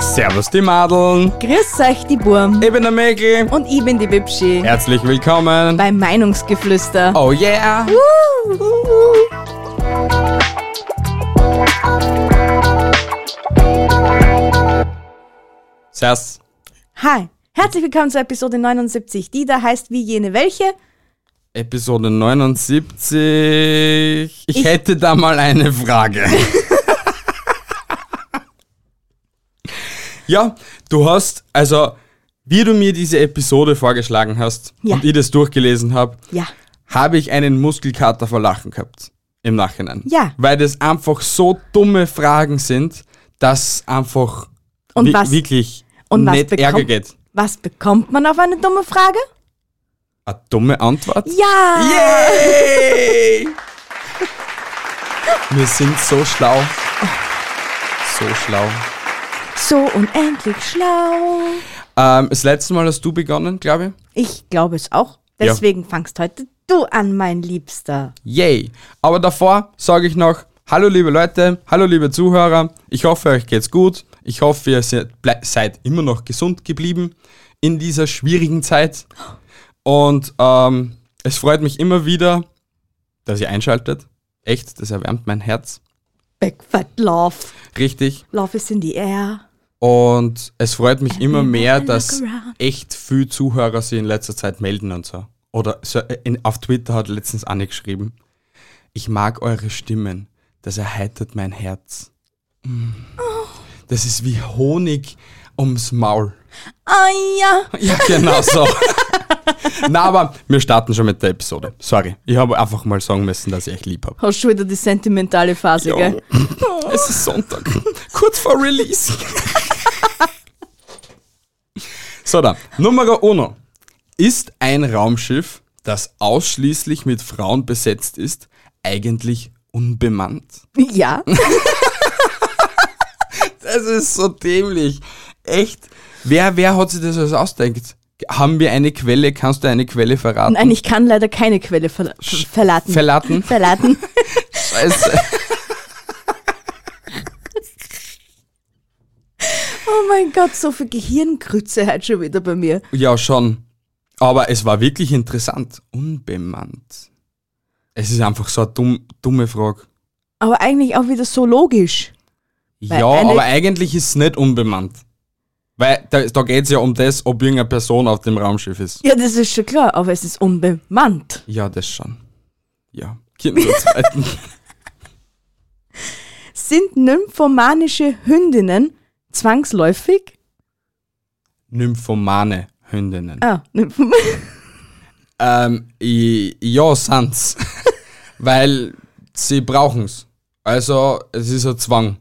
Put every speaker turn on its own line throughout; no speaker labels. Servus die Madeln,
Grüß euch, die Burm.
ich bin der Mäkel.
Und ich bin die Bibschi.
Herzlich willkommen.
Beim Meinungsgeflüster.
Oh yeah.
Oh.
Servus.
Hi. Herzlich willkommen zur Episode 79, die da heißt wie jene welche.
Episode 79. Ich,
Ich-
hätte da mal eine Frage. ja, du hast, also, wie du mir diese Episode vorgeschlagen hast
Ja.
und ich das durchgelesen habe,
Ja.
habe ich einen Muskelkater vor Lachen gehabt. Im Nachhinein.
Ja.
Weil das einfach so dumme Fragen sind, dass einfach
Und
wi-
was-
wirklich
Und was
nicht Ärger
bekommt,
geht.
was bekommt man auf eine dumme Frage?
Eine dumme Antwort?
Ja!
Yay! Wir sind so schlau. So schlau.
So unendlich schlau.
Ähm, das letzte Mal hast du begonnen, glaube ich.
Ich glaube es
Ja.
auch. Deswegen fangst heute du an, mein Liebster.
Yay! Aber davor sage ich noch, hallo liebe Leute, hallo liebe Zuhörer, ich hoffe euch geht's gut, ich hoffe ihr seid, ble- seid immer noch gesund geblieben in dieser schwierigen Zeit und ähm, es freut mich immer wieder, dass ihr einschaltet. Echt, das erwärmt mein Herz.
Backfat Love.
Richtig.
Love is in the air.
Und es freut mich immer mehr, dass
around.
echt viel Zuhörer sich in letzter Zeit melden und so. Oder so äh, in, auf Twitter hat letztens eine geschrieben, ich mag eure Stimmen, das erheitert mein Herz. Mm. Das ist wie Honig ums Maul.
Oh ja.
Ja, genau so. Na, aber wir starten schon mit der Episode. Sorry, ich habe einfach mal sagen müssen, dass ich euch lieb habe.
Hast schon wieder die sentimentale Phase, gell?
Es ist Sonntag. Kurz vor Release. so, dann. Nummer uno. Ist ein Raumschiff, das ausschließlich mit Frauen besetzt ist, eigentlich unbemannt?
Ja.
Das ist so dämlich. Echt? Wer, wer hat sich das alles ausdenkt? Haben wir eine Quelle? Kannst du eine Quelle verraten?
Nein, ich kann leider keine Quelle verla ver- verlaten.
Verlaten?
verlaten.
Scheiße.
Oh mein Gott, so viel Gehirngrütze heute schon wieder bei mir.
Ja, schon. Aber es war wirklich interessant. Unbemannt. Es ist einfach so eine dumm, dumme Frage.
Aber eigentlich auch wieder so logisch. Weil
ja,
eine-
aber eigentlich ist es nicht unbemannt. Weil da, da geht es ja um das, ob irgendeine Person auf dem Raumschiff ist.
Ja, das ist schon klar, aber es ist unbemannt.
Ja, das schon. Ja. Kind zur zweiten.
Sind nymphomanische Hündinnen zwangsläufig?
Nymphomane Hündinnen.
Ah, Nymph-
Ähm, i- ja, sind's. Weil sie brauchen's. Also, es ist ein Zwang.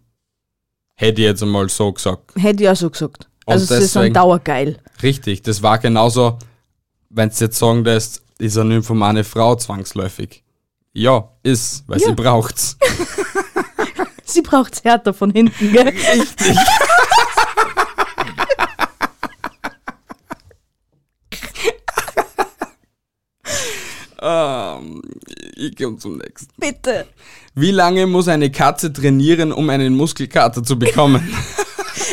Hätte ich jetzt einmal so gesagt.
hätte ich auch so gesagt. Also sie
deswegen-
sind dauergeil.
Richtig, das war genauso, wenn du jetzt sagen lässt, ist eine nymphomane Frau zwangsläufig. Ja, ist, weil sie braucht's.
Sie braucht's härter von hinten, gell?
Ich komme zum nächsten.
Bitte.
Wie lange muss eine Katze trainieren, um einen Muskelkater zu bekommen?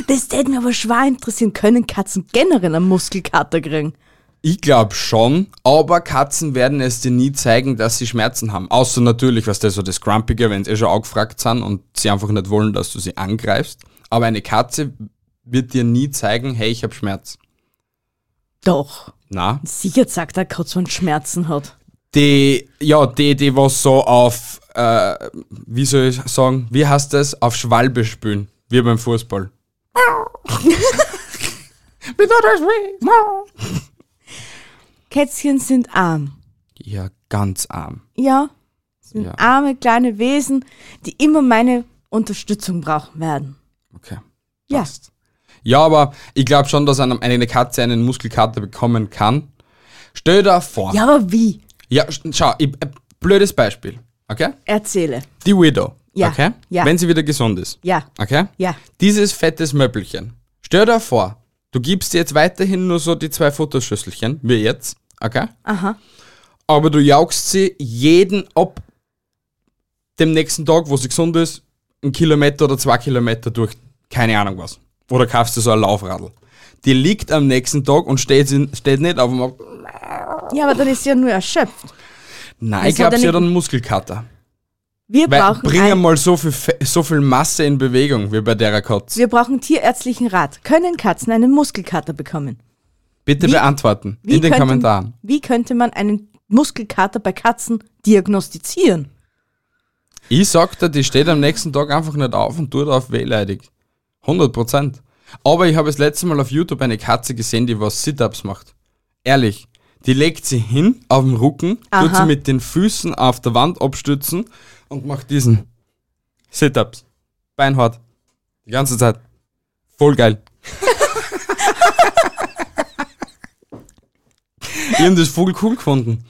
Das hätte mir aber schwer interessieren. Können Katzen generell einen Muskelkater kriegen?
ich glaube schon, aber Katzen werden es dir nie zeigen, dass sie Schmerzen haben. Außer natürlich, was das so das Grumpige, wenn sie eh schon angefragt sind und sie einfach nicht wollen, dass du sie angreifst. Aber eine Katze wird dir nie zeigen, hey, ich habe Schmerz.
Doch.
Na,
Sicher sagt er gerade, wenn Schmerzen hat.
die, ja, die, die was so auf, äh, wie soll ich sagen, wie heißt das, auf Schwalbe spülen, wie beim Fußball.
Kätzchen sind arm.
Ja, ganz arm.
Ja, sind
Ja.
arme kleine Wesen, die immer meine Unterstützung brauchen werden.
Okay.
Ja.
Passt. Ja, aber ich glaube schon, dass eine, eine Katze einen Muskelkater bekommen kann. Stell dir vor.
Ja, aber wie?
Ja, sch- schau, ich, ein blödes Beispiel. Okay?
Erzähle.
Die Widow.
Ja,
Okay?
ja.
Wenn sie wieder gesund ist.
Ja.
Okay?
Ja.
Dieses fettes Möbelchen. Stell dir vor, du gibst jetzt weiterhin nur so die zwei Futterschüsselchen, wie jetzt. Okay?
Aha.
Aber du jaugst sie jeden ab dem nächsten Tag, wo sie gesund ist, einen Kilometer oder zwei Kilometer durch, keine Ahnung was. Oder kaufst du so ein Laufradl. Die liegt am nächsten Tag und steht, in- steht nicht auf dem Ab-
Ja, aber dann ist sie ja nur erschöpft.
Nein,
Das
ich glaube,
hat
sie
ja
hat einen Muskelkater.
Wir
Weil
brauchen,
bring
ein,
einmal so viel, Fe- so viel Masse in Bewegung wie bei der Katze.
wir brauchen tierärztlichen Rat. Können Katzen einen Muskelkater bekommen?
Bitte
Wie-
beantworten
Wie
in den
könnte-
Kommentaren.
Wie könnte man einen Muskelkater bei Katzen diagnostizieren?
Ich sag dir, die steht am nächsten Tag einfach nicht auf und tut auf wehleidig. 100 Prozent. Aber ich habe das letzte Mal auf YouTube eine Katze gesehen, die was Sit-Ups macht. Ehrlich. Die legt sie hin auf dem Rücken, tut
Aha.
sie mit den Füßen auf der Wand abstützen und macht diesen Sit-Ups. Beinhart. Die ganze Zeit. Voll geil. ich habe das voll cool gefunden.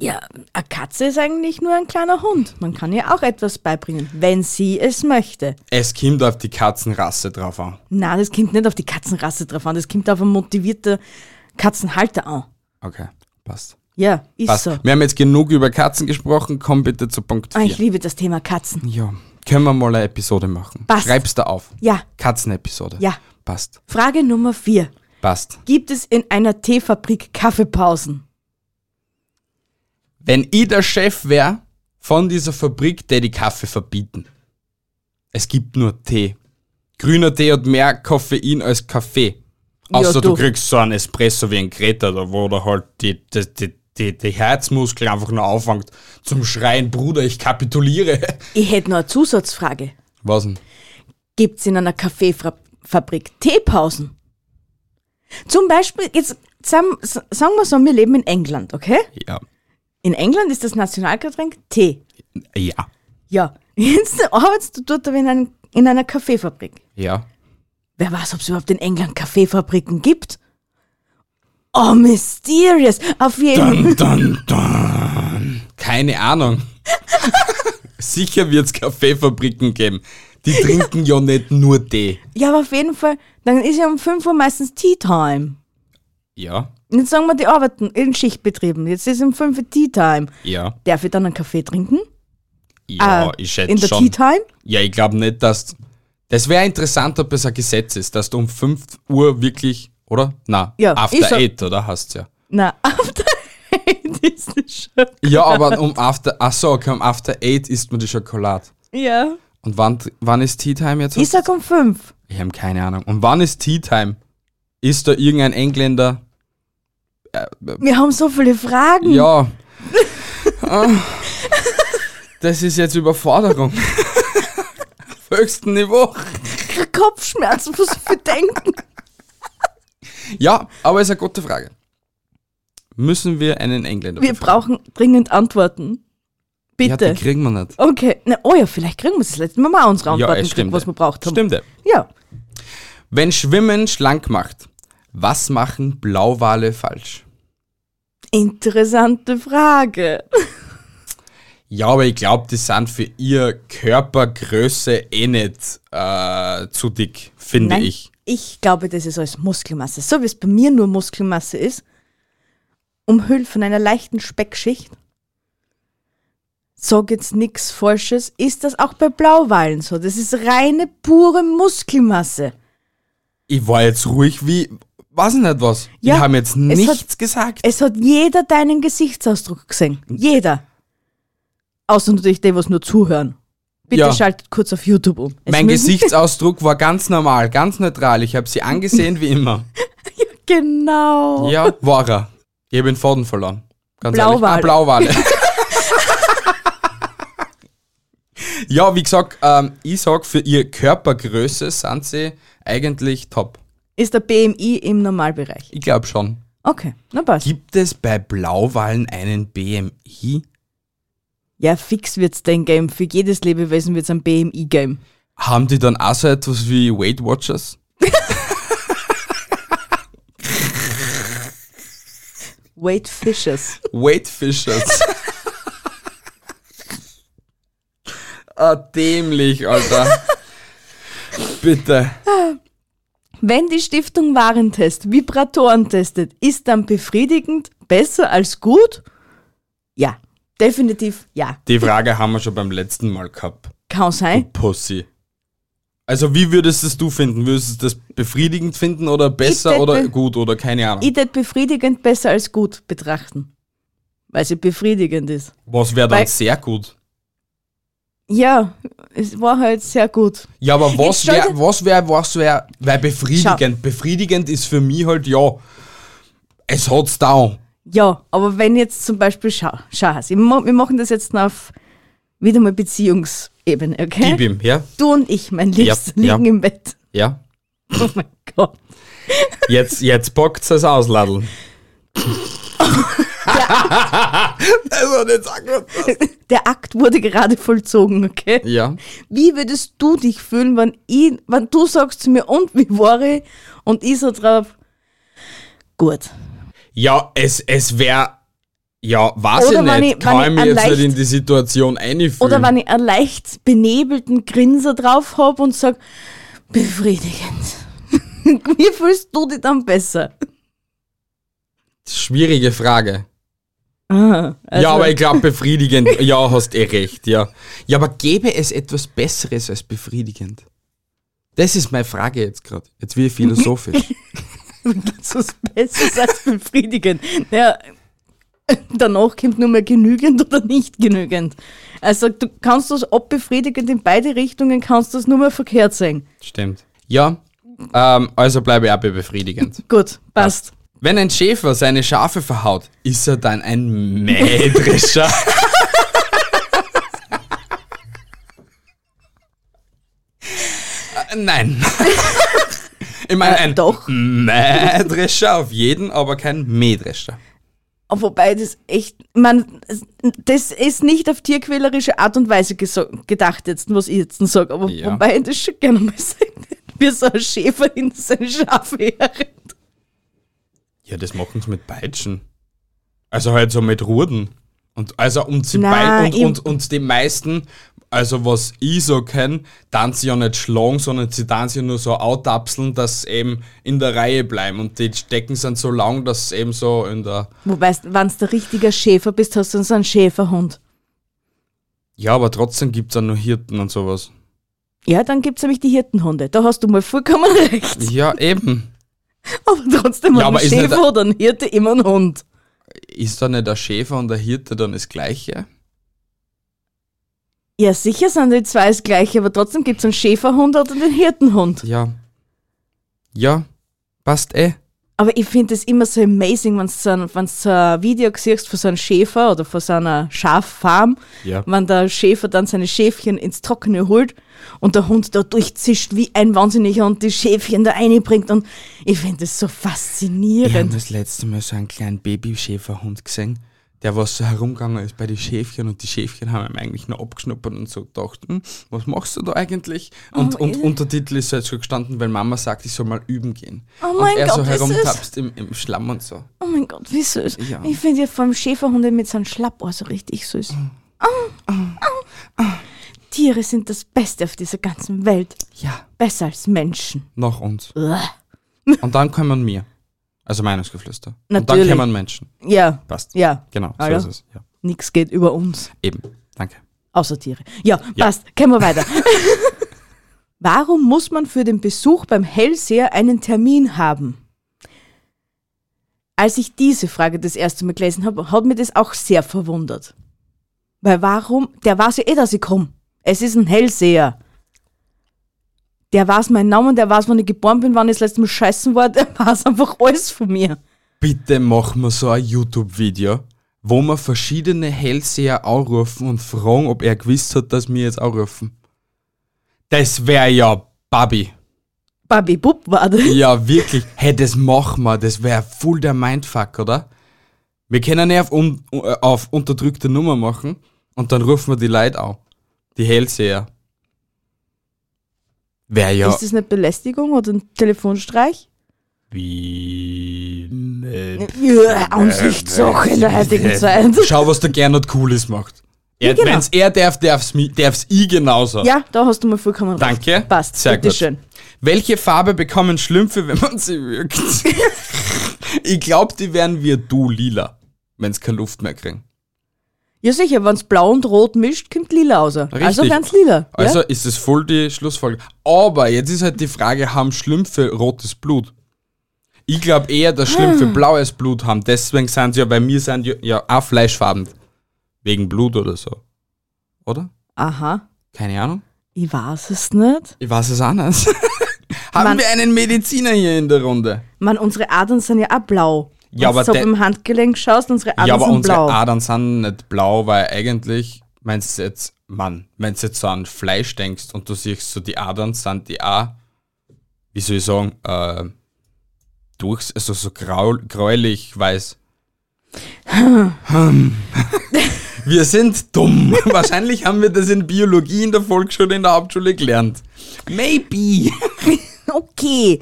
Ja, eine Katze ist eigentlich nur ein kleiner Hund. Man kann ihr auch etwas beibringen, wenn sie es möchte.
Es kommt auf die Katzenrasse drauf an.
Na, das kommt nicht auf die Katzenrasse drauf an, das kommt auf einen motivierten Katzenhalter an.
Okay, passt.
Ja, ist
Passt.
so.
Wir haben jetzt genug über Katzen gesprochen. Komm bitte zu Punkt
Ah, ich
4.
liebe das Thema Katzen.
Ja, können wir mal eine Episode machen.
Passt.
Schreib's da auf.
Ja,
Katzenepisode.
Ja.
Passt.
Frage Nummer 4.
Passt.
Gibt es in einer Teefabrik Kaffeepausen?
Wenn ich der Chef wäre von dieser Fabrik, der die Kaffee verbieten. Es gibt nur Tee. Grüner Tee hat mehr Koffein als Kaffee.
Ja,
Außer du
du.
kriegst so einen Espresso wie ein Greta, da wo da halt die, die, die, die, die Herzmuskel einfach nur anfängt zum Schreien, Bruder, ich kapituliere.
Ich hätte noch eine Zusatzfrage.
Was denn?
Gibt es in einer Kaffeefabrik Teepausen? Zum Beispiel, jetzt sam- s- sagen wir so, wir leben in England, okay?
Ja.
In England ist das Nationalgetränk Tee.
Ja.
Ja, jetzt arbeitest du dort aber in, einem, in einer Kaffeefabrik.
Ja.
Wer weiß, ob es überhaupt in England Kaffeefabriken gibt? Oh, mysterious. Auf jeden
Dun, dun, dun. Keine Ahnung. Sicher wird es Kaffeefabriken geben. Die trinken ja nicht nur Tee.
Ja, aber auf jeden Fall, dann ist ja um 5 Uhr meistens Tea Time.
Ja,
Und Jetzt sagen wir, die arbeiten in Schichtbetrieben. Jetzt ist um 5 Uhr Tea Time.
ja,
Darf ich dann einen Kaffee trinken?
ja,
Ah,
ich
In
schätze
der
schon.
Tea Time?
Ja, ich glaube nicht, dass. Das wäre interessant, ob es ein Gesetz ist, dass du um 5 Uhr wirklich, oder? Na,
Ja, ich
After
sag-
Eight, oder? Hast ja.
Na, After Eight ist das schon.
Ja, aber um After. Ach so, okay, um After Eight isst man die Schokolade.
Ja.
Und wann, wann ist Tea Time jetzt?
Ich sag um 5.
Ich habe keine Ahnung. Und wann ist Tea Time? Ist da irgendein Engländer?
Wir haben so viele Fragen.
Ähm. Ja. Ah. das ist jetzt Überforderung. Auf höchstem Niveau.
Kopfschmerzen, was wir denken.
Ja, aber ist eine gute Frage. Müssen wir einen Engländer
Wir
befragen?
brauchen dringend Antworten.
Ja,
Bitte.
die kriegen wir nicht.
okay. Na, oh ja, vielleicht kriegen wir das letzte Mal mal unsere
Ja,
Antworten,
es
gekriegt,
stimmt.
was wir braucht haben.
Stimmt. eh.
Ja.
Wenn Schwimmen schlank macht, was machen Blauwale falsch?
Interessante Frage.
Ja, aber ich glaube, die sind für ihre Körpergröße eh nicht äh, zu dick, finde ich.
Ich glaube, das ist alles Muskelmasse. So wie es bei mir nur Muskelmasse ist, umhüllt von einer leichten Speckschicht. Sag jetzt nichts Falsches. Ist das auch bei Blauwalen so? Das ist reine, pure Muskelmasse.
Ich war jetzt ruhig wie, weiß ich nicht was.
Ja,
ich habe jetzt
es hat-
nichts gesagt.
Es hat jeder deinen Gesichtsausdruck gesehen. Jeder. Außer natürlich die, was nur zuhören. Bitte
Ja.
schaltet kurz auf YouTube um. Es
mein
müssen-
Gesichtsausdruck war ganz normal, ganz neutral. Ich habe sie angesehen wie immer.
Genau.
Ja, war er. Ich habe den Faden verloren. Ganz
Blauwale.
Ehrlich. Ah, Blauwale. ja, wie gesagt, ähm, ich sag, für ihre Körpergröße sind sie eigentlich top.
Ist der BMI im Normalbereich?
Ich glaube schon.
Okay, na passt.
Gibt es bei Blauwalen einen BMI?
Ja, fix wird's den Game. Für jedes Lebewesen wird's ein BMI-Game.
Haben die dann auch so etwas wie Weight Watchers?
Wait Fishes.
Wade Fishers. ah, dämlich, Alter. Bitte.
Wenn die Stiftung Warentest Vibratoren testet, ist dann befriedigend besser als gut? Ja, definitiv ja.
Die Frage haben wir schon beim letzten Mal gehabt.
Kann sein.
Pussy. Also wie würdest es du finden? Würdest du das befriedigend finden oder besser
hätte-
oder gut oder keine Ahnung?
Ich tät befriedigend besser als gut betrachten. Weil sie befriedigend ist.
Was wäre dann
Weil-
sehr gut?
Ja, es war halt sehr gut.
Ja, aber was
Jetzt stell
wäre,
dir-
was wäre, was wäre, weil befriedigend, befriedigend ist für mich halt ja, es hat's down.
Ja, aber wenn jetzt zum Beispiel, schau, schau Hasi, wir ma- wir machen das jetzt auf wieder mal Beziehungsebene, okay?
Gib ihm, ja?
Du und ich, mein Liebster,
Ja, ja.
liegen im Bett.
Ja.
Oh mein Gott.
Jetzt, jetzt packt's das Ausladeln. das hat jetzt angefangen.
Der Akt wurde gerade vollzogen, okay?
Ja.
Wie würdest du dich fühlen, wenn, ich, wenn du sagst zu mir, und wie war ich? Und ich so drauf, gut.
Ja, es, es wäre, ja, weiß
Oder
ich
wenn
nicht,
ich- wenn
kann ich
ich
mich
ein
jetzt nicht
leicht-
in die Situation einfühlen.
Oder wenn ich einen leicht benebelten Grinser drauf habe und sag, befriedigend. wie fühlst du dich dann besser?
Schwierige Frage.
Ah, also-
ja, aber ich glaube befriedigend. ja, hast eh recht, ja. Ja, aber gäbe es etwas Besseres als befriedigend? Das ist meine Frage jetzt gerade. Jetzt wie philosophisch.
Das ist besser als befriedigend. Ja, danach kommt nur mehr genügend oder nicht genügend. Also du kannst das ob befriedigend in beide Richtungen, kannst das nur mehr verkehrt sehen.
Stimmt. Ja, ähm, also bleibe ich auch bei befriedigend.
Gut, passt.
Wenn ein Schäfer seine Schafe verhaut, ist er dann ein mähdrescher. Äh, Nein. Ich meine,
Äh,
ein
doch.
Mähdrescher auf jeden, aber kein Mähdrescher.
Und Wobei das echt, man, das ist nicht auf tierquälerische Art und Weise gesa- gedacht jetzt, was ich jetzt sage, aber
Ja.
wobei ich das schon gerne mal sage, wie so ein Schäfer hinter seine Schafe herrennt.
Ja, das machen sie mit Peitschen. Also halt so mit Ruden. Und also und sie
Na,
bei, und,
ich-
und, und die meisten, also was ich so kenne, tanzen sie ja nicht schlagen, sondern sie tanzen ja nur so outdapseln, dass sie eben in der Reihe bleiben. Und die Stecken sind so lang, dass sie eben so in der.
Wobei, wenn du der richtiger Schäfer bist, hast du dann so einen Schäferhund.
Ja, aber trotzdem gibt es dann nur Hirten und sowas.
Ja, dann gibt's nämlich die Hirtenhunde. Da hast du mal vollkommen recht.
Ja, eben.
Aber trotzdem
Ja,
hat
aber
ein
ist nicht-
Schäfer oder ein Hirte immer ein Hund.
Ist da nicht der Schäfer und der Hirte dann das Gleiche?
Ja, sicher sind die zwei das gleiche, aber trotzdem gibt's einen Schäferhund oder den Hirtenhund.
Ja. Ja, passt eh.
Aber ich finde es immer so amazing, wenn du so, ein- wenn's so ein Video siehst von so einem Schäfer oder von so einer Schaffarm,
Ja.
wenn der Schäfer dann seine Schäfchen ins Trockene holt und der Hund da durchzischt wie ein Wahnsinniger und die Schäfchen da reinbringt und ich finde das so
Ich habe
faszinierend.
das letzte Mal so einen kleinen Babyschäferhund gesehen, der was so herumgegangen ist bei den Schäfchen und die Schäfchen haben ihm eigentlich nur abgeschnuppert und so gedacht, hm, was machst du da eigentlich? Und,
Oh,
und
eh.
Untertitel ist halt schon gestanden, weil Mama sagt, ich soll mal üben gehen.
Oh
und
mein
er so
Gott, das
herumtapst im, im Schlamm und so.
Oh mein Gott, wie süß.
Ja.
Ich finde ja vom Schäferhunde mit seinem Schlappohr so richtig süß.
Mm.
Ah, ah, ah. Tiere sind das Beste auf dieser ganzen Welt.
Ja,
Besser als Menschen.
nach uns.
Uah.
Und dann kommen wir. Also Meinungsgeflüster. Und
Natürlich.
dann kommen Menschen.
Ja,
Passt.
ja.
Genau, so
Hallo?
ist es. Ja.
Nichts geht über uns.
Eben. Danke.
Außer Tiere. Ja, passt. Können wir weiter. Warum muss man für den Besuch beim Hellseher einen Termin haben? Als ich diese Frage das erste Mal gelesen habe, hat mir das auch sehr verwundert. Weil warum? Der weiß ja eh, dass ich komme. Es ist ein Hellseher. Der weiß meinen Namen, der weiß, wann ich geboren bin, wann ich das letzte Mal scheißen war, der weiß einfach alles von mir.
bitte machen wir so ein YouTube-Video, wo wir verschiedene Hellseher anrufen und fragen, ob er gewusst hat, dass wir jetzt anrufen. Das wäre ja Babi.
Babi Bub war das.
Ja, wirklich. Hey, das machen wir. Das wäre voll der Mindfuck, oder? Wir können ja auf, un äh, auf unterdrückte Nummer machen und dann rufen wir die Leute an. Die Hellseher. Wäre ja
Ist das nicht Belästigung oder ein Telefonstreich?
wie... Nee.
Ja,
Äh,
Ansichtssache in der heutigen Zeit.
Schau, was der Gernot Cooles macht. Er,
Ja, genau.
Wenn's er darf, darf's, mi- darf's ich genauso.
Ja, da hast du mal vollkommen recht.
Danke.
Passt,
Sehr gut.
bitteschön.
Welche Farbe bekommen Schlümpfe, wenn man sie wirkt? ich glaube, die wären wir du lila, wenn sie keine Luft mehr kriegen.
Ja sicher, wenn es blau und rot mischt, kommt lila raus. Also
Richtig.
werden lila.
Also
ja?
ist es voll die Schlussfolgerung. Aber jetzt ist halt die Frage, haben Schlümpfe rotes Blut? Ich glaube eher,
Ah.
dass Schlümpfe blaues Blut haben. Deswegen sind sie ja bei mir sind ja, ja auch fleischfarben. Wegen Blut oder so. Oder?
Aha,
Keine Ahnung.
ich weiß es nicht.
Ich weiß es anders. haben
Man-
wir einen Mediziner hier in der Runde?
Man, unsere Adern sind ja auch blau.
Ja,
Wenn
aber
du so
der-
im Handgelenk schaust, unsere Adern
ja, aber
sind
unsere
blau.
Adern sind nicht blau, weil eigentlich, meinst du jetzt, Mann, wenn du jetzt so an Fleisch denkst und du siehst so, die Adern sind die auch, wie soll ich sagen, äh, durchs, also so grau, gräulich weiß. Hm. wir sind dumm. Wahrscheinlich haben wir das in Biologie in der Volksschule, in der Hauptschule gelernt. Maybe.
Okay.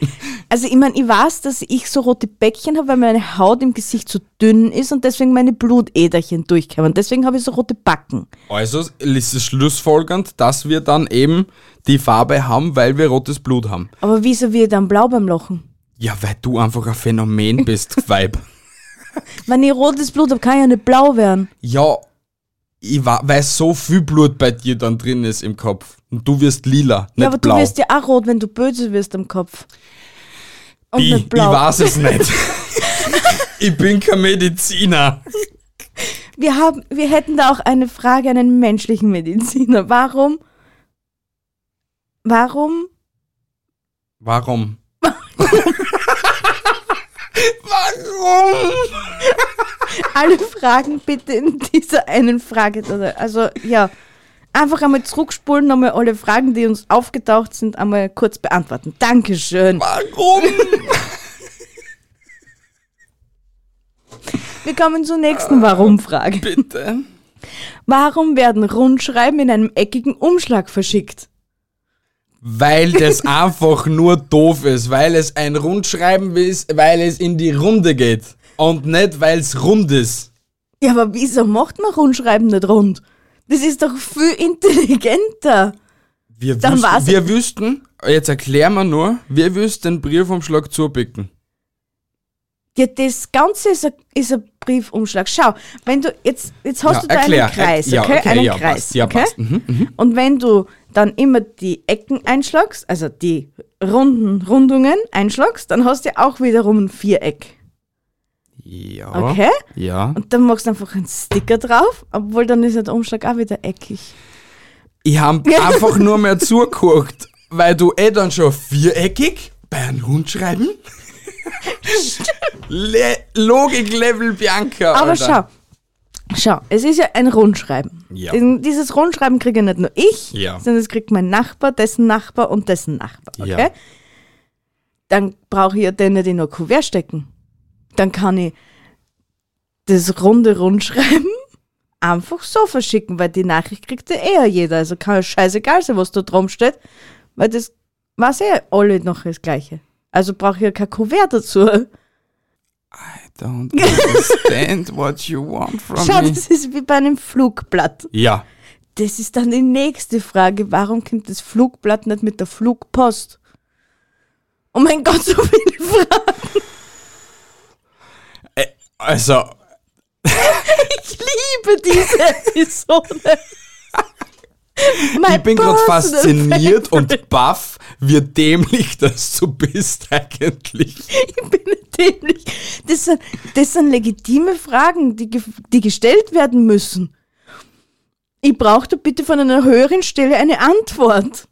Also ich meine, ich weiß, dass ich so rote Bäckchen habe, weil meine Haut im Gesicht so dünn ist und deswegen meine Blutäderchen durchkommen. Deswegen habe ich so rote Backen.
Also ist es schlussfolgernd, dass wir dann eben die Farbe haben, weil wir rotes Blut haben.
Aber wieso wird dann blau beim Lachen?
Ja, weil du einfach ein Phänomen bist, Weib.
Wenn ich rotes Blut habe, kann ich ja nicht blau werden.
Ja, ich wa- weil so viel Blut bei dir dann drin ist im Kopf. Und du wirst lila, nicht
ja, aber
blau.
du wirst ja auch rot, wenn du böse wirst am Kopf. Und
ich,
nicht blau.
ich weiß es nicht. ich bin kein Mediziner.
Wir, haben, wir hätten da auch eine Frage an einen menschlichen Mediziner. Warum? Warum?
Warum? Warum?
Alle Fragen bitte in dieser einen Frage. oder- Also ja, einfach einmal zurückspulen, nochmal alle Fragen, die uns aufgetaucht sind, einmal kurz beantworten. Dankeschön.
Warum?
Wir kommen zur nächsten Warum-Frage.
Bitte.
Warum werden Rundschreiben in einem eckigen Umschlag verschickt?
Weil das einfach nur doof ist, weil es ein Rundschreiben ist, weil es in die Runde geht. Und nicht, weil es rund ist.
Ja, aber wieso macht man Rundschreiben nicht rund? Das ist doch viel intelligenter.
Wir,
Dann
wüssten,
war's-
wir wüssten, jetzt erklären wir nur, wir wüssten den Briefumschlag zubicken.
Ja, das Ganze ist ein, ist ein Briefumschlag. Schau, wenn du jetzt, jetzt hast du da einen Kreis,
ja,
okay?
okay,
einen
ja,
Kreis.
passt, ja,
okay?
passt. Mhm, mhm.
Und wenn du dann immer die Ecken einschlagst, also die runden Rundungen einschlagst, dann hast du auch wiederum ein Viereck.
Ja.
Okay?
Ja.
Und dann machst du einfach einen Sticker drauf, obwohl dann ist ja der Umschlag auch wieder eckig.
Ich hab einfach nur mehr zugeguckt, weil du eh dann schon viereckig bei einem Hund schreiben. Le Logik-Level Bianca.
Aber
Alter.
schau, schau, es ist ja ein Rundschreiben.
Ja.
Diesen- Dieses Rundschreiben kriege nicht nur ich,
Ja.
sondern es kriegt mein Nachbar, dessen Nachbar und dessen Nachbar. Okay?
Ja.
Dann brauche ich ja den nicht in ein Kuvert stecken. Dann kann ich das runde Rundschreiben einfach so verschicken, weil die Nachricht kriegt ja eher jeder. Also kann es scheißegal sein, was da drum steht, weil das weiß eh alle noch das Gleiche. Also brauche ich ja kein Kuvert dazu.
I don't understand what you want from
Schau,
me.
das ist wie bei einem Flugblatt.
Ja.
Das ist dann die nächste Frage. Warum kommt das Flugblatt nicht mit der Flugpost? Oh mein Gott, so viele Fragen.
Also,
Ich liebe diese Episode. My
ich bin gerade
personal
fasziniert
favorite.
und baff, wie dämlich das du bist eigentlich.
Ich bin dämlich. Das sind, das sind legitime Fragen, die, ge- die gestellt werden müssen. Ich brauche da bitte von einer höheren Stelle eine Antwort.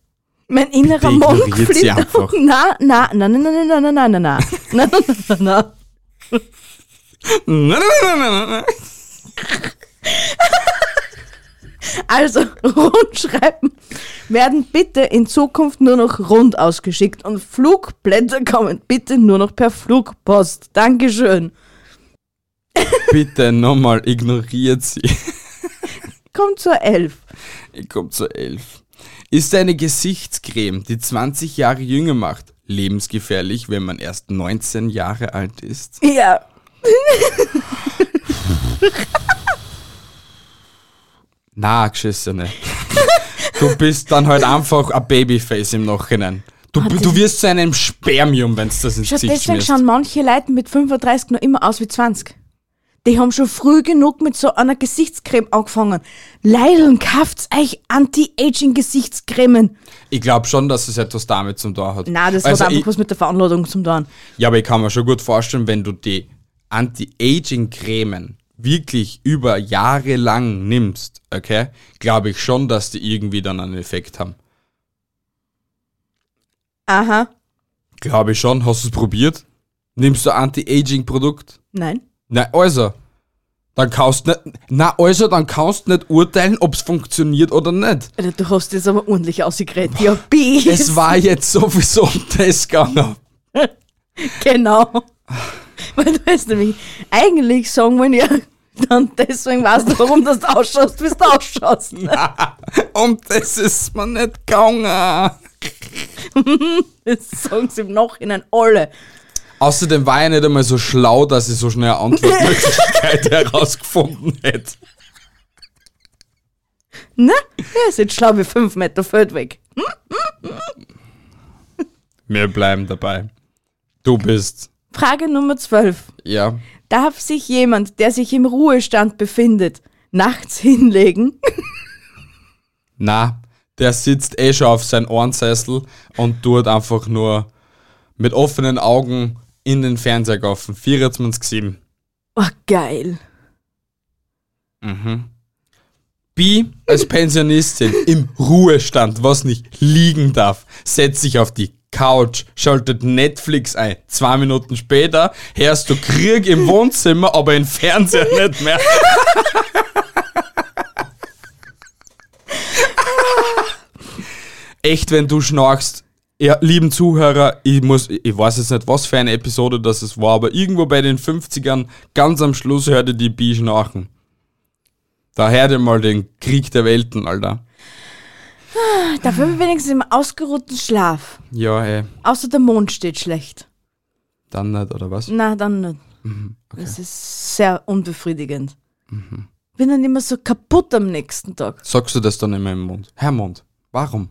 Mein innerer
Bitte
Monk
ignoriert sie
flippt
einfach.
auf. Na, na, na, na, na, na, na, na, na, na, na, na, na, na. Also, Rundschreiben werden bitte in Zukunft nur noch rund ausgeschickt und Flugblätter kommen bitte nur noch per Flugpost. Dankeschön.
Bitte nochmal, ignoriert sie.
Kommt zur Elf.
Ich komme zur 11. Ist eine Gesichtscreme, die 20 Jahre jünger macht, lebensgefährlich, wenn man erst 19 Jahre alt ist?
Ja.
Na, Geschissene. Du bist dann halt einfach ein Babyface im Nachhinein. Du,
Ah, das-
du wirst zu einem Spermium, wenn du das ins
Schon
Gesicht
deswegen
schmierst.
schauen manche Leute mit 35 noch immer aus wie 20. Die haben schon früh genug mit so einer Gesichtscreme angefangen. Leideln kauft's euch Anti-Aging-Gesichtscremen.
Ich glaube schon, dass es etwas damit zu tun hat.
Na, das
Also
hat einfach
ich,
was mit der Veranladung zu tun.
Ja, aber ich kann mir schon gut vorstellen, wenn du die Anti-Aging-Cremen wirklich über Jahre lang nimmst, okay, glaube ich schon, dass die irgendwie dann einen Effekt haben.
Aha.
Glaube ich schon. Hast du es probiert? Nimmst du ein Anti-Aging-Produkt?
Nein.
Na, also. Dann kannst nicht, na, also, dann kannst nicht urteilen, ob es funktioniert oder nicht.
Alter, Du hast das aber ordentlich ausgeredet. Ja, bis.
Es war jetzt sowieso um das gegangen.
Genau. Weil du hast nämlich eigentlich sagen wollen, ja, dann deswegen weißt du, warum das ausschaust, wie du ausschaust.
Um das ist mir nicht gegangen.
Das sagen sie im Nachhinein alle.
Außerdem war ich nicht einmal so schlau, dass ich so schnell eine Antwortmöglichkeit herausgefunden hätte.
Ne? Der ist jetzt schlau wie 5 Meter Feld weg.
Wir bleiben dabei. Du bist,
Frage Nummer 12.
ja,
Darf sich jemand, der sich im Ruhestand befindet, nachts hinlegen?
na, der sitzt eh schon auf seinem Ohrensessel und tut einfach nur mit offenen Augen in den Fernseher kaufen. 24-7.
Oh, geil.
Bi als Pensionistin im Ruhestand, was nicht liegen darf, setzt sich auf die Couch, schaltet Netflix ein. Zwei Minuten später hörst du Krieg im Wohnzimmer, aber im Fernseher nicht mehr. Echt, wenn du schnarchst, ja, lieben Zuhörer, ich muss, ich weiß jetzt nicht, was für eine Episode das es war, aber irgendwo bei den 50ern, ganz am Schluss hörte die Bi schnarchen. Da hör dir mal den Krieg der Welten, Alter.
Dafür bin ich wenigstens im ausgeruhten Schlaf.
Ja, ey,
Außer der Mond steht schlecht.
dann nicht, oder was?
Na, dann nicht.
Mhm,
Das ist sehr unbefriedigend. Bin dann immer so kaputt am nächsten Tag.
Sagst du das dann immer im Mund? Herr Mond, warum?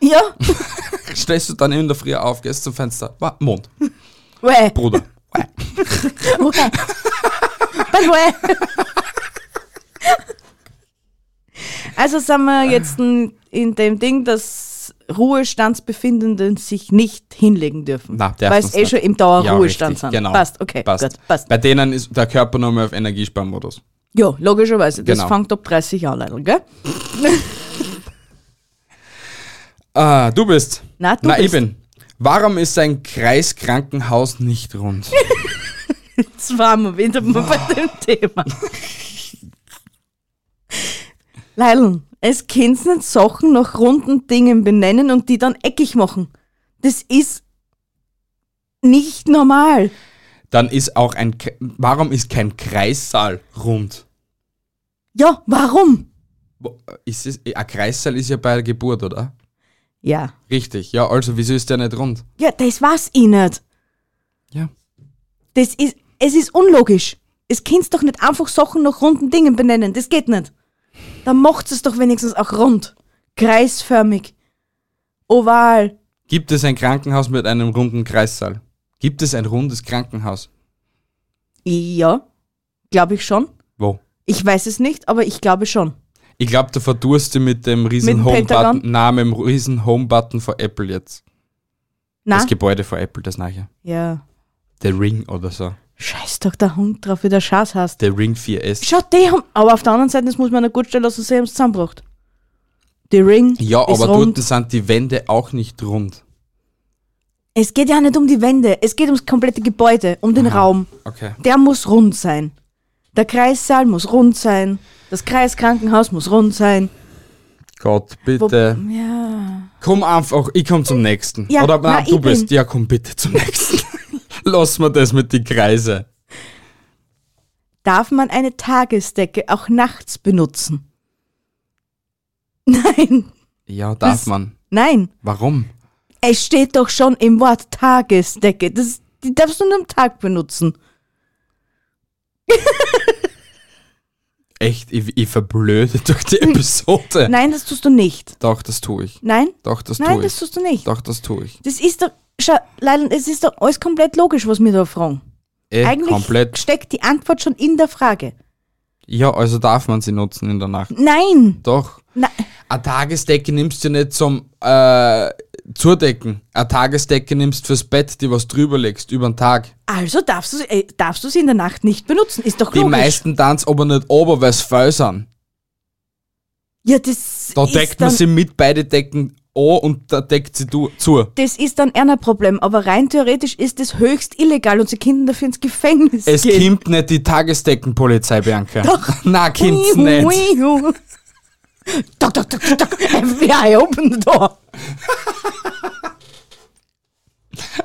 Ja,
Stehst du dann in der Früh auf, gehst zum Fenster, wa, Mond,
weh,
Bruder. wei.
weh. Dann weh. Also sind wir jetzt in, in dem Ding, dass Ruhestandsbefindenden sich nicht hinlegen dürfen.
Na, dürfen
weil es
sie
eh
nicht.
schon im
Ja,
Dauerruhestand
richtig,
sind.
Genau.
Passt, okay,
passt.
gut, passt.
Bei denen ist der Körper nochmal auf Energiesparmodus.
Ja, logischerweise. Das
Genau.
fängt ab 30 an, Leute, gell?
Ah, du bist.
Na, du
Na, ich
bist.
bin. Warum ist ein Kreiskrankenhaus nicht rund?
Jetzt waren wir wieder mal bei dem Thema. Leilon, es kannst nicht Sachen nach runden Dingen benennen und die dann eckig machen. Das ist nicht normal.
Dann ist auch ein. K Warum ist kein Kreissaal rund?
Ja, warum?
Wo- Ist es, ein Kreissaal ist ja bei der Geburt, oder?
Ja.
Richtig, ja, also wieso ist der nicht rund?
Ja, das weiß ich nicht.
Ja.
Das ist, es ist unlogisch. Es kannst doch nicht einfach Sachen nach runden Dingen benennen. Das geht nicht. Dann macht es doch wenigstens auch rund. Kreisförmig. Oval.
Gibt es ein Krankenhaus mit einem runden Kreissaal? Gibt es ein rundes Krankenhaus?
Ja, glaube ich schon.
Wo?
Ich weiß es nicht, aber ich glaube schon.
Ich glaube, du verdurst dich mit dem
Mit
riesen
dem
Home-Button.
Pentagon?
Nein, mit dem riesen Home-Button von Apple jetzt.
Na?
Das Gebäude von Apple, das nachher.
Ja.
Der Ring oder so.
Scheiß doch der Hund drauf, wie der Schatz hast.
Der Ring 4S.
Schau, die haben. Aber auf der anderen Seite, das muss man ja gut stellen, lassen, sie haben es zusammengebracht. Die Ring.
Ja,
ist
aber
rund.
dort sind die Wände auch nicht rund.
Es geht ja nicht um die Wände, es geht ums komplette Gebäude, um den Raum.
Okay.
Der muss rund sein. Der Kreissaal muss rund sein. Das Kreiskrankenhaus muss rund sein.
Gott,
Wo-
bitte.
Ja.
Komm einfach, ich komm zum nächsten.
Ja,
Oder nein,
nein,
du
ich
bist.
bin-
Ja, komm bitte zum nächsten. Lass mir das mit die Kreise.
Darf man eine Tagesdecke auch nachts benutzen? Nein.
Ja, darf
Das-
man.
Nein,
Warum?
es steht doch schon im Wort Tagesdecke. Das, die darfst du nur am Tag benutzen.
Echt, ich, ich verblöde durch die Episode.
Nein, das tust du nicht.
Doch, das tue ich.
Nein?
Doch, das
Nein,
tue
das
ich.
tust du nicht.
Doch, das tue ich.
Das ist doch, schau, Leila, es ist doch alles komplett logisch, was wir da fragen.
Eh,
Eigentlich
komplett.
steckt die Antwort schon in der Frage.
Ja, also darf man sie nutzen in der Nacht.
Nein,
Doch.
nein,
Eine Tagesdecke nimmst du nicht zum äh, Zudecken. Eine Tagesdecke nimmst fürs Bett, die was drüber legst, über den Tag.
also darfst du, sie- äh, darfst du sie in der Nacht nicht benutzen. Ist doch
Die
logisch.
meisten tanzen aber nicht ober, weil sie faul sind.
ja, das
Da
ist
deckt
dann,
man sie mit, beide Decken an und da deckt sie du, zu.
Das ist dann eher ein Problem, aber rein theoretisch ist das höchst illegal und sie könnten dafür ins Gefängnis
Es
gehen.
kommt nicht die Tagesdeckenpolizei, Bianca.
Doch.
Nein, kommt's
Ui,
nicht.
ui, ui. Tok, tok, tok, tok, tok. FBI, open the door.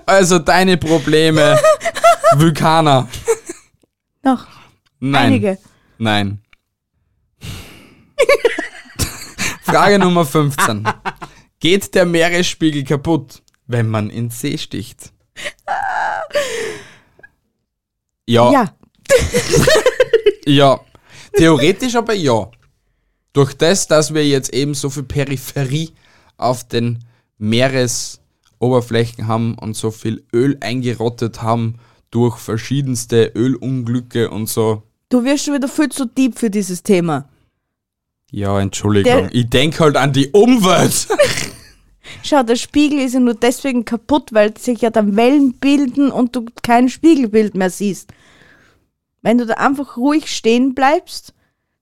Also deine Probleme, Vulkaner.
Noch
Nein.
einige.
Nein. Frage Nummer 15. Geht der Meeresspiegel kaputt, wenn man ins See sticht? Ja, ja.
Ja,
Theoretisch aber ja. Durch das, dass wir jetzt eben so viel Peripherie auf den Meeresoberflächen haben und so viel Öl eingerottet haben durch verschiedenste Ölunglücke und so.
du wirst schon wieder viel zu deep für dieses Thema.
Ja, Entschuldigung.
Der-
ich denke halt an die Umwelt.
Schau, der Spiegel ist ja nur deswegen kaputt, weil sich ja dann Wellen bilden und du kein Spiegelbild mehr siehst. Wenn du da einfach ruhig stehen bleibst,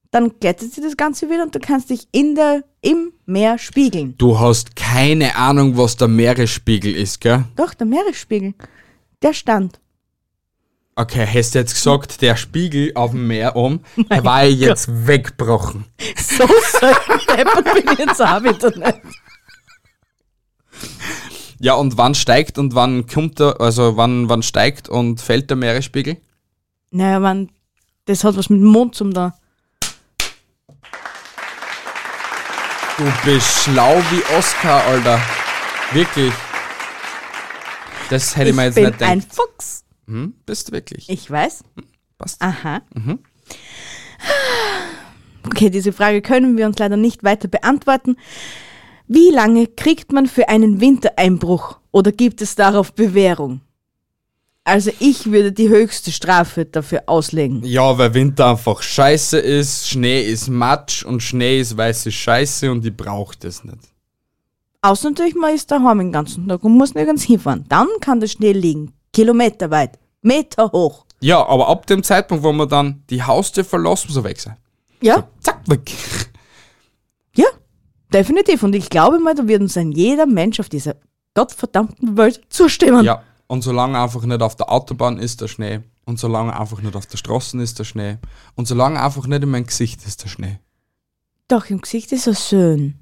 dann glättet sich das Ganze wieder und du kannst dich in der, im Meer spiegeln.
Du hast keine Ahnung, was der Meeresspiegel ist, gell?
Doch, der Meeresspiegel, der stand.
Okay, hast du jetzt gesagt, der Spiegel auf dem Meer um, er war ich jetzt weggebrochen.
So selten bin ich jetzt auch wieder nicht.
Ja, und wann steigt und wann kommt der, also wann, wann steigt und fällt der Meeresspiegel?
Naja, man, das hat was mit dem Mond zum da.
Du bist schlau wie Oscar, Alter. Wirklich. Das hätte ich mir jetzt
bin
nicht
ein
gedacht.
Fuchs.
Hm, bist du wirklich?
Ich weiß.
Passt. Mhm.
Aha. Okay, diese Frage können wir uns leider nicht weiter beantworten. Wie lange kriegt man für einen Wintereinbruch oder gibt es darauf Bewährung? Also ich würde die höchste Strafe dafür auslegen.
Ja, weil Winter einfach scheiße ist, Schnee ist Matsch und Schnee ist weiße Scheiße und ich brauche das nicht.
Außer natürlich, man ist daheim den ganzen Tag und muss nirgends hinfahren. Dann kann der Schnee liegen, kilometerweit, Meter hoch.
Ja, aber ab dem Zeitpunkt, wo wir dann die Haustür verlassen, muss er weg sein.
Ja,
Zack, weg.
ja, definitiv. Und ich glaube mal, da wird uns ein jeder Mensch auf dieser gottverdammten Welt zustimmen.
Ja, und solange einfach nicht auf der Autobahn ist der Schnee und solange einfach nicht auf der Straße ist der Schnee und solange einfach nicht in mein Gesicht ist der Schnee.
Doch, im Gesicht ist er schön.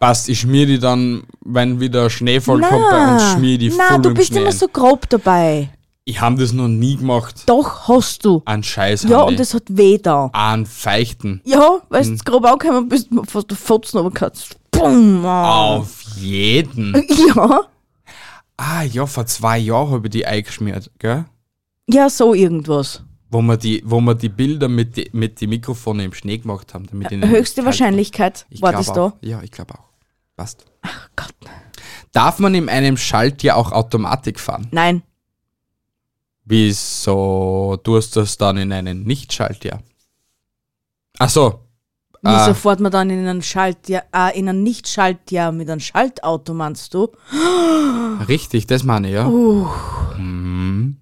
Passt, ich schmier die dann, wenn wieder Schneefall kommt bei uns, schmier ich die
na,
voll
du
im
bist
Schnee.
immer so grob dabei.
ich habe das noch nie gemacht.
Doch, hast du.
An Scheiß
Ja,
haben
und
die.
es hat weh da.
An Feichten.
Ja, weil
Mhm.
du grob angekommen bist, fast du fotzen aber kannst. Bumm. ah.
Auf jeden.
Ja,
Ah ja, vor zwei Jahren habe ich die eingeschmiert, gell?
ja, so irgendwas.
Wo wir die, wo wir die Bilder mit die, mit die Mikrofone im Schnee gemacht haben. Damit die nicht
Höchste
kalt-
Wahrscheinlichkeit
Mhm. Ich
war
glaub
das
auch.
da.
Ja, ich glaube auch. Passt.
Ach Gott.
Darf man in einem Schaltjahr auch Automatik fahren?
Nein,
Wieso tust du das dann in einem Nicht-Schaltjahr? Ach so.
wieso
Ah.
sofort man dann in einen Schaltjahr, ah, in einen Nicht-Schaltjahr mit einem Schaltauto, meinst du?
richtig, das meine ich, ja.
Uh,
Mhm.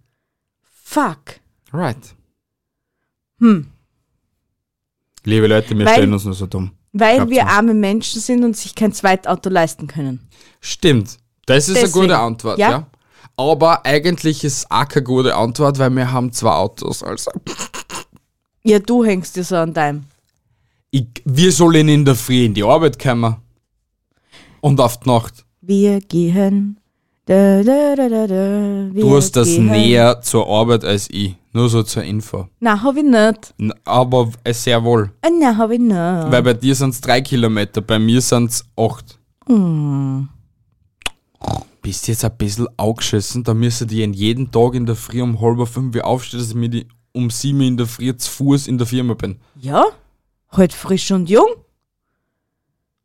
fuck.
Right.
Hm.
Liebe Leute, wir
Weil-
stellen uns nur so dumm.
Weil
Glaubt's
wir
mir.
arme Menschen sind und sich kein Zweitauto leisten können.
Stimmt. Das ist
Deswegen.
eine gute Antwort, ja.
Ja.
Aber eigentlich ist es auch keine gute Antwort, weil wir haben zwei Autos. Also.
Ja, du hängst dir so an deinem.
Ich, wir sollen in der Früh in die Arbeit kommen. Und auf die Nacht.
Wir gehen Da, da, da, da, da, wir
Du hast das
gehen.
näher zur Arbeit als ich. Nur so zur Info.
Nein, hab ich nicht.
N- Aber äh, sehr wohl.
Äh, Nein, hab ich nicht. Weil
Weil bei dir sind es drei Kilometer, bei mir sind es acht. Bist jetzt ein bisschen aufgeschissen, da müsste ich jeden Tag in der Früh um halb fünf Uhr aufstehen, dass ich mir die um sieben Uhr in der Früh zu Fuß in der Firma bin.
ja, halt frisch und jung.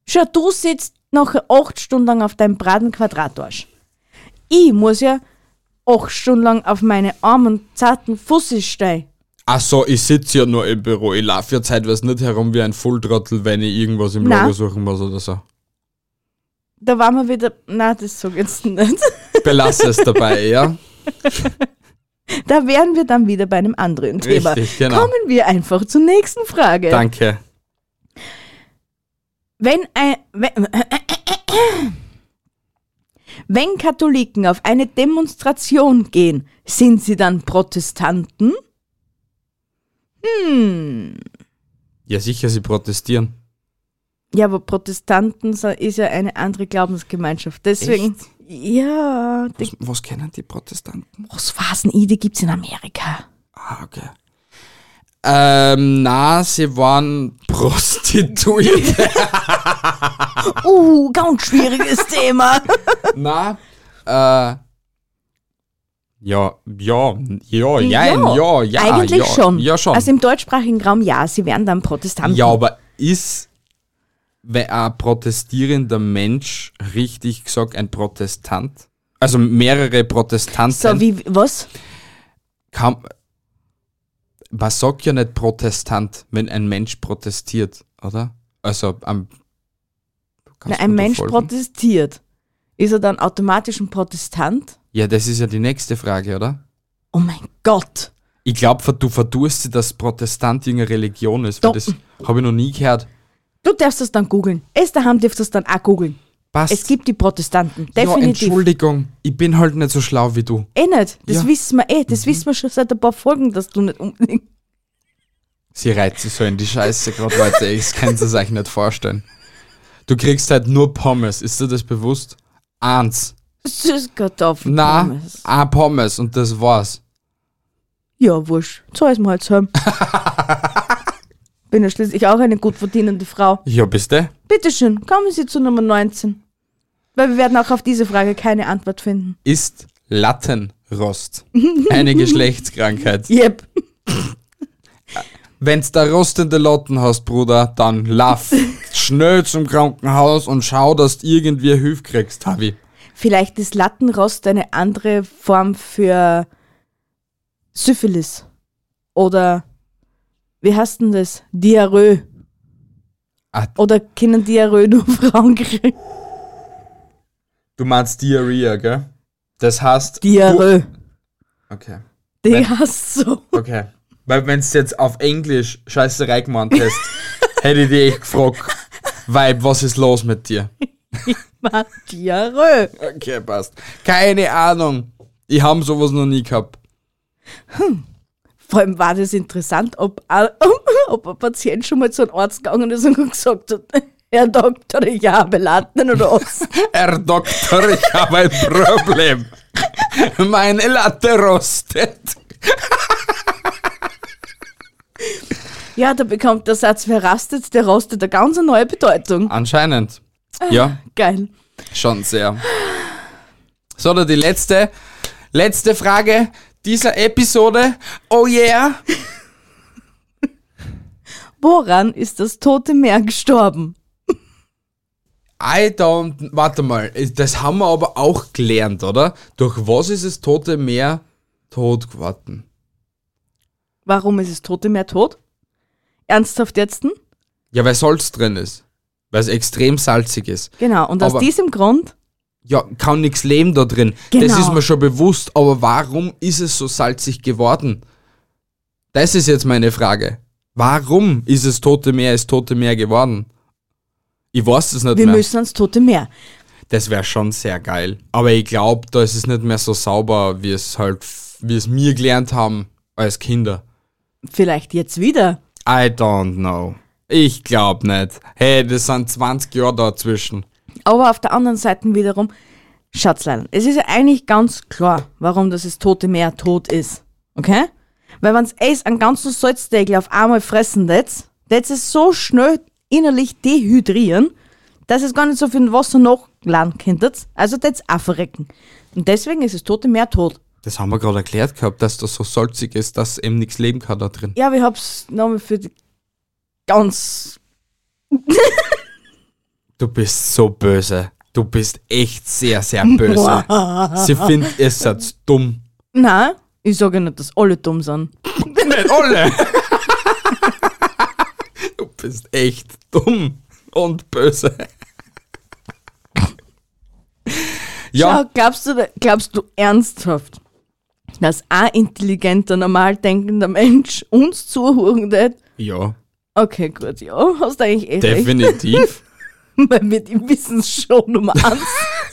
Schau, du sitzt noch acht Stunden lang auf deinem braten Quadratarsch. Ich muss ja acht Stunden lang auf meine armen, zarten Fussis stehen.
Ach so, ich sitze ja nur im Büro. Ich laufe ja zeitweise nicht herum wie ein Volltrottel, wenn ich irgendwas im
Na.
Lager suchen muss oder so.
Da waren wir wieder. Nein, das sag ich jetzt nicht.
Belasse es dabei, ja?
Da wären wir dann wieder bei einem anderen Thema.
Richtig, genau.
Kommen wir einfach zur nächsten Frage.
Danke.
Wenn, ein, wenn, wenn Katholiken auf eine Demonstration gehen, sind sie dann Protestanten? Hm.
Ja, sicher, sie protestieren.
Ja, aber Protestanten so- ist ja eine andere Glaubensgemeinschaft. Deswegen. Ja, die,
Was, was kennen die Protestanten?
was war's denn? Die gibt's in Amerika.
Ah, okay. Ähm, na, sie waren Prostituierte.
Uh, ganz schwieriges Thema.
na, äh, ja, ja, ja, jein,
Ja,
ja, ja.
Eigentlich
ja,
schon.
Ja, schon.
Also im deutschsprachigen Raum ja, sie wären dann Protestanten.
ja, aber ist wenn ein protestierender Mensch richtig gesagt ein Protestant? Also mehrere Protestanten.
so wie was?
kann, man sagt ja nicht Protestant, wenn ein Mensch protestiert, oder? Also am
Na,
kannst du
ein
mir da
Mensch
folgen?
protestiert. Ist er dann automatisch ein Protestant?
Ja, das ist ja die nächste Frage, oder?
Oh mein Gott.
Ich glaube, du verdurst sie, dass Protestant irgendeine Religion ist, weil
Doch.
das habe ich noch nie gehört.
Du darfst das dann googeln. Es daheim dürft das dann auch googeln.
Passt.
Es gibt die Protestanten.
ja,
Definitiv.
Entschuldigung, ich bin halt nicht so schlau wie du.
eh nicht. Das
Ja. Mhm.
wissen wir eh. Das wissen wir schon seit ein paar Folgen, dass du nicht unbedingt.
Sie reizt sich so in die Scheiße gerade, Leute. Ich kann es euch nicht vorstellen. Du kriegst halt nur Pommes. Ist dir das bewusst? Eins.
Süßkartoffeln.
Na, ein Pommes und das war's.
Ja, wurscht. So ist man halt so. Bin ja schließlich auch eine gut verdienende Frau.
Ja, bist du?
Bitteschön, kommen Sie zu Nummer 19. Weil wir werden auch auf diese Frage keine Antwort finden.
Ist Lattenrost eine Geschlechtskrankheit?
Yep.
Wenn's da rostende Latten hast, Bruder, dann lauf schnell zum Krankenhaus und schau, dass du irgendwie Hilfe kriegst, Tavi.
Vielleicht ist Lattenrost eine andere Form für Syphilis. Oder wie heißt denn das? Diarrhoe.
Ah.
Oder können Diarrhoe nur Frauen kriegen?
Du meinst Diarrhea, gell? Das heißt... Du-
Diarrhoe.
Okay,
Die heißt so.
okay. Weil wenn's jetzt auf Englisch Scheißerei gemeint hast, hätte ich dich echt gefragt, Weib, was ist los mit dir?
Ma, Diarrhoe.
Okay, passt. Keine Ahnung. Ich habe sowas noch nie gehabt.
Vor allem war das interessant, ob, a- ob ein Patient schon mal zu einem Arzt gegangen ist und gesagt hat, Herr Doktor, ich habe Latten oder was.
Herr Doktor, ich habe ein Problem. Meine Latte rostet.
ja, da bekommt der Satz, wer rastet, der rostet eine ganz neue Bedeutung.
Anscheinend. Ja,
Geil.
schon sehr. So, dann die letzte, letzte Frage dieser Episode. Oh yeah.
Woran ist das tote Meer gestorben?
I don't. Warte mal, das haben wir aber auch gelernt, oder? Durch was ist das tote Meer tot geworden?
Warum ist das tote Meer tot? Ernsthaft jetzt? hm?
Ja, weil Salz drin ist. Weil es extrem salzig ist.
Genau, und
Aber-
aus diesem Grund,
ja, kann nix leben da drin. Das
Genau.
ist mir schon bewusst, aber warum ist es so salzig geworden? Das ist jetzt meine Frage. Warum ist es Tote Meer, ist Tote Meer geworden? Ich weiß es nicht
wir
mehr.
müssen ans tote Meer.
Das wäre schon sehr geil. Aber ich glaube, da ist es nicht mehr so sauber, wie es halt, wie es mir gelernt haben als Kinder.
Vielleicht jetzt wieder.
I don't know. Ich glaube nicht. Hey, das sind 20 Jahre dazwischen.
Aber auf der anderen Seite wiederum, Schatzlein, es ist ja eigentlich ganz klar, warum das ist Tote Meer tot ist. Okay? Weil wenns es einen ganzen Salzdeckel auf einmal fressen das, das ist so schnell innerlich dehydrieren, dass es gar nicht so viel Wasser noch landen könntet. Also das auch verrecken. Und deswegen ist das Tote Meer tot.
Das haben wir gerade erklärt gehabt, dass das so salzig ist, dass eben nichts leben kann da drin.
Ja, wir hab's nochmal für die ganz.
Du bist so böse. Du bist echt sehr, sehr böse. Sie findet es jetzt dumm.
Nein, ich sage ja nicht, dass alle dumm sind.
Nicht alle! Du bist echt dumm und böse. Ja,
Schau, glaubst du, glaubst du ernsthaft, dass ein intelligenter, normal denkender Mensch uns zuhören wird?
ja,
Okay, gut, ja, hast du eigentlich eh recht.
definitiv.
Weil wir die wissen schon um eins.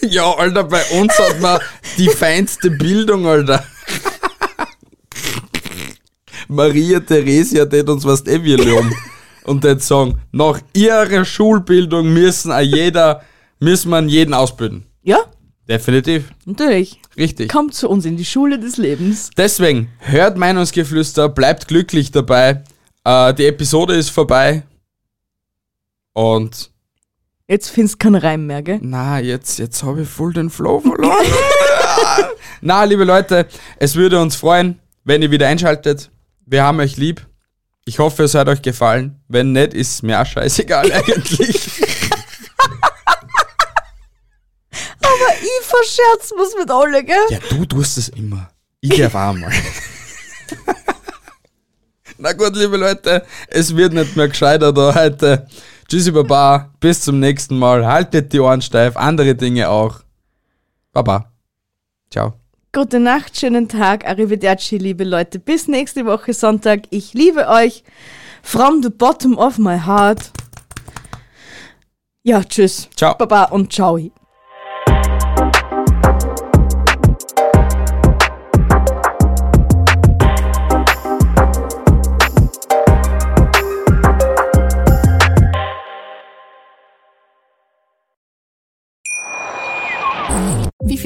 Ja, Alter, bei uns hat man die feinste Bildung, Alter. Maria Theresia tät uns was eh wieder um. Und tät sagen, nach ihrer Schulbildung müssen a jeder, müssen man jeden ausbilden.
ja,
Definitiv.
natürlich.
Richtig.
Kommt zu uns in die Schule des Lebens.
Deswegen, hört Meinungsgeflüster, bleibt glücklich dabei. Äh, die Episode ist vorbei. Und
Jetzt findest du keinen Reim mehr, gell?
Na, jetzt, jetzt habe ich voll den Flow verloren. Na, liebe Leute, es würde uns freuen, wenn ihr wieder einschaltet. Wir haben euch lieb. Ich hoffe, es hat euch gefallen. Wenn nicht, ist mir auch scheißegal eigentlich.
Ich verscherz was mit alle, gell?
ja, du tust es immer. Ich darf auch mal. Na gut, liebe Leute, es wird nicht mehr gescheiter da heute. Tschüssi, Baba. Bis zum nächsten Mal. Haltet die Ohren steif. Andere Dinge auch. Baba. Ciao.
Gute Nacht, schönen Tag, arrivederci, liebe Leute. Bis nächste Woche Sonntag. Ich liebe euch. From the bottom of my heart. Ja, tschüss.
Ciao.
Baba und ciao.
Wie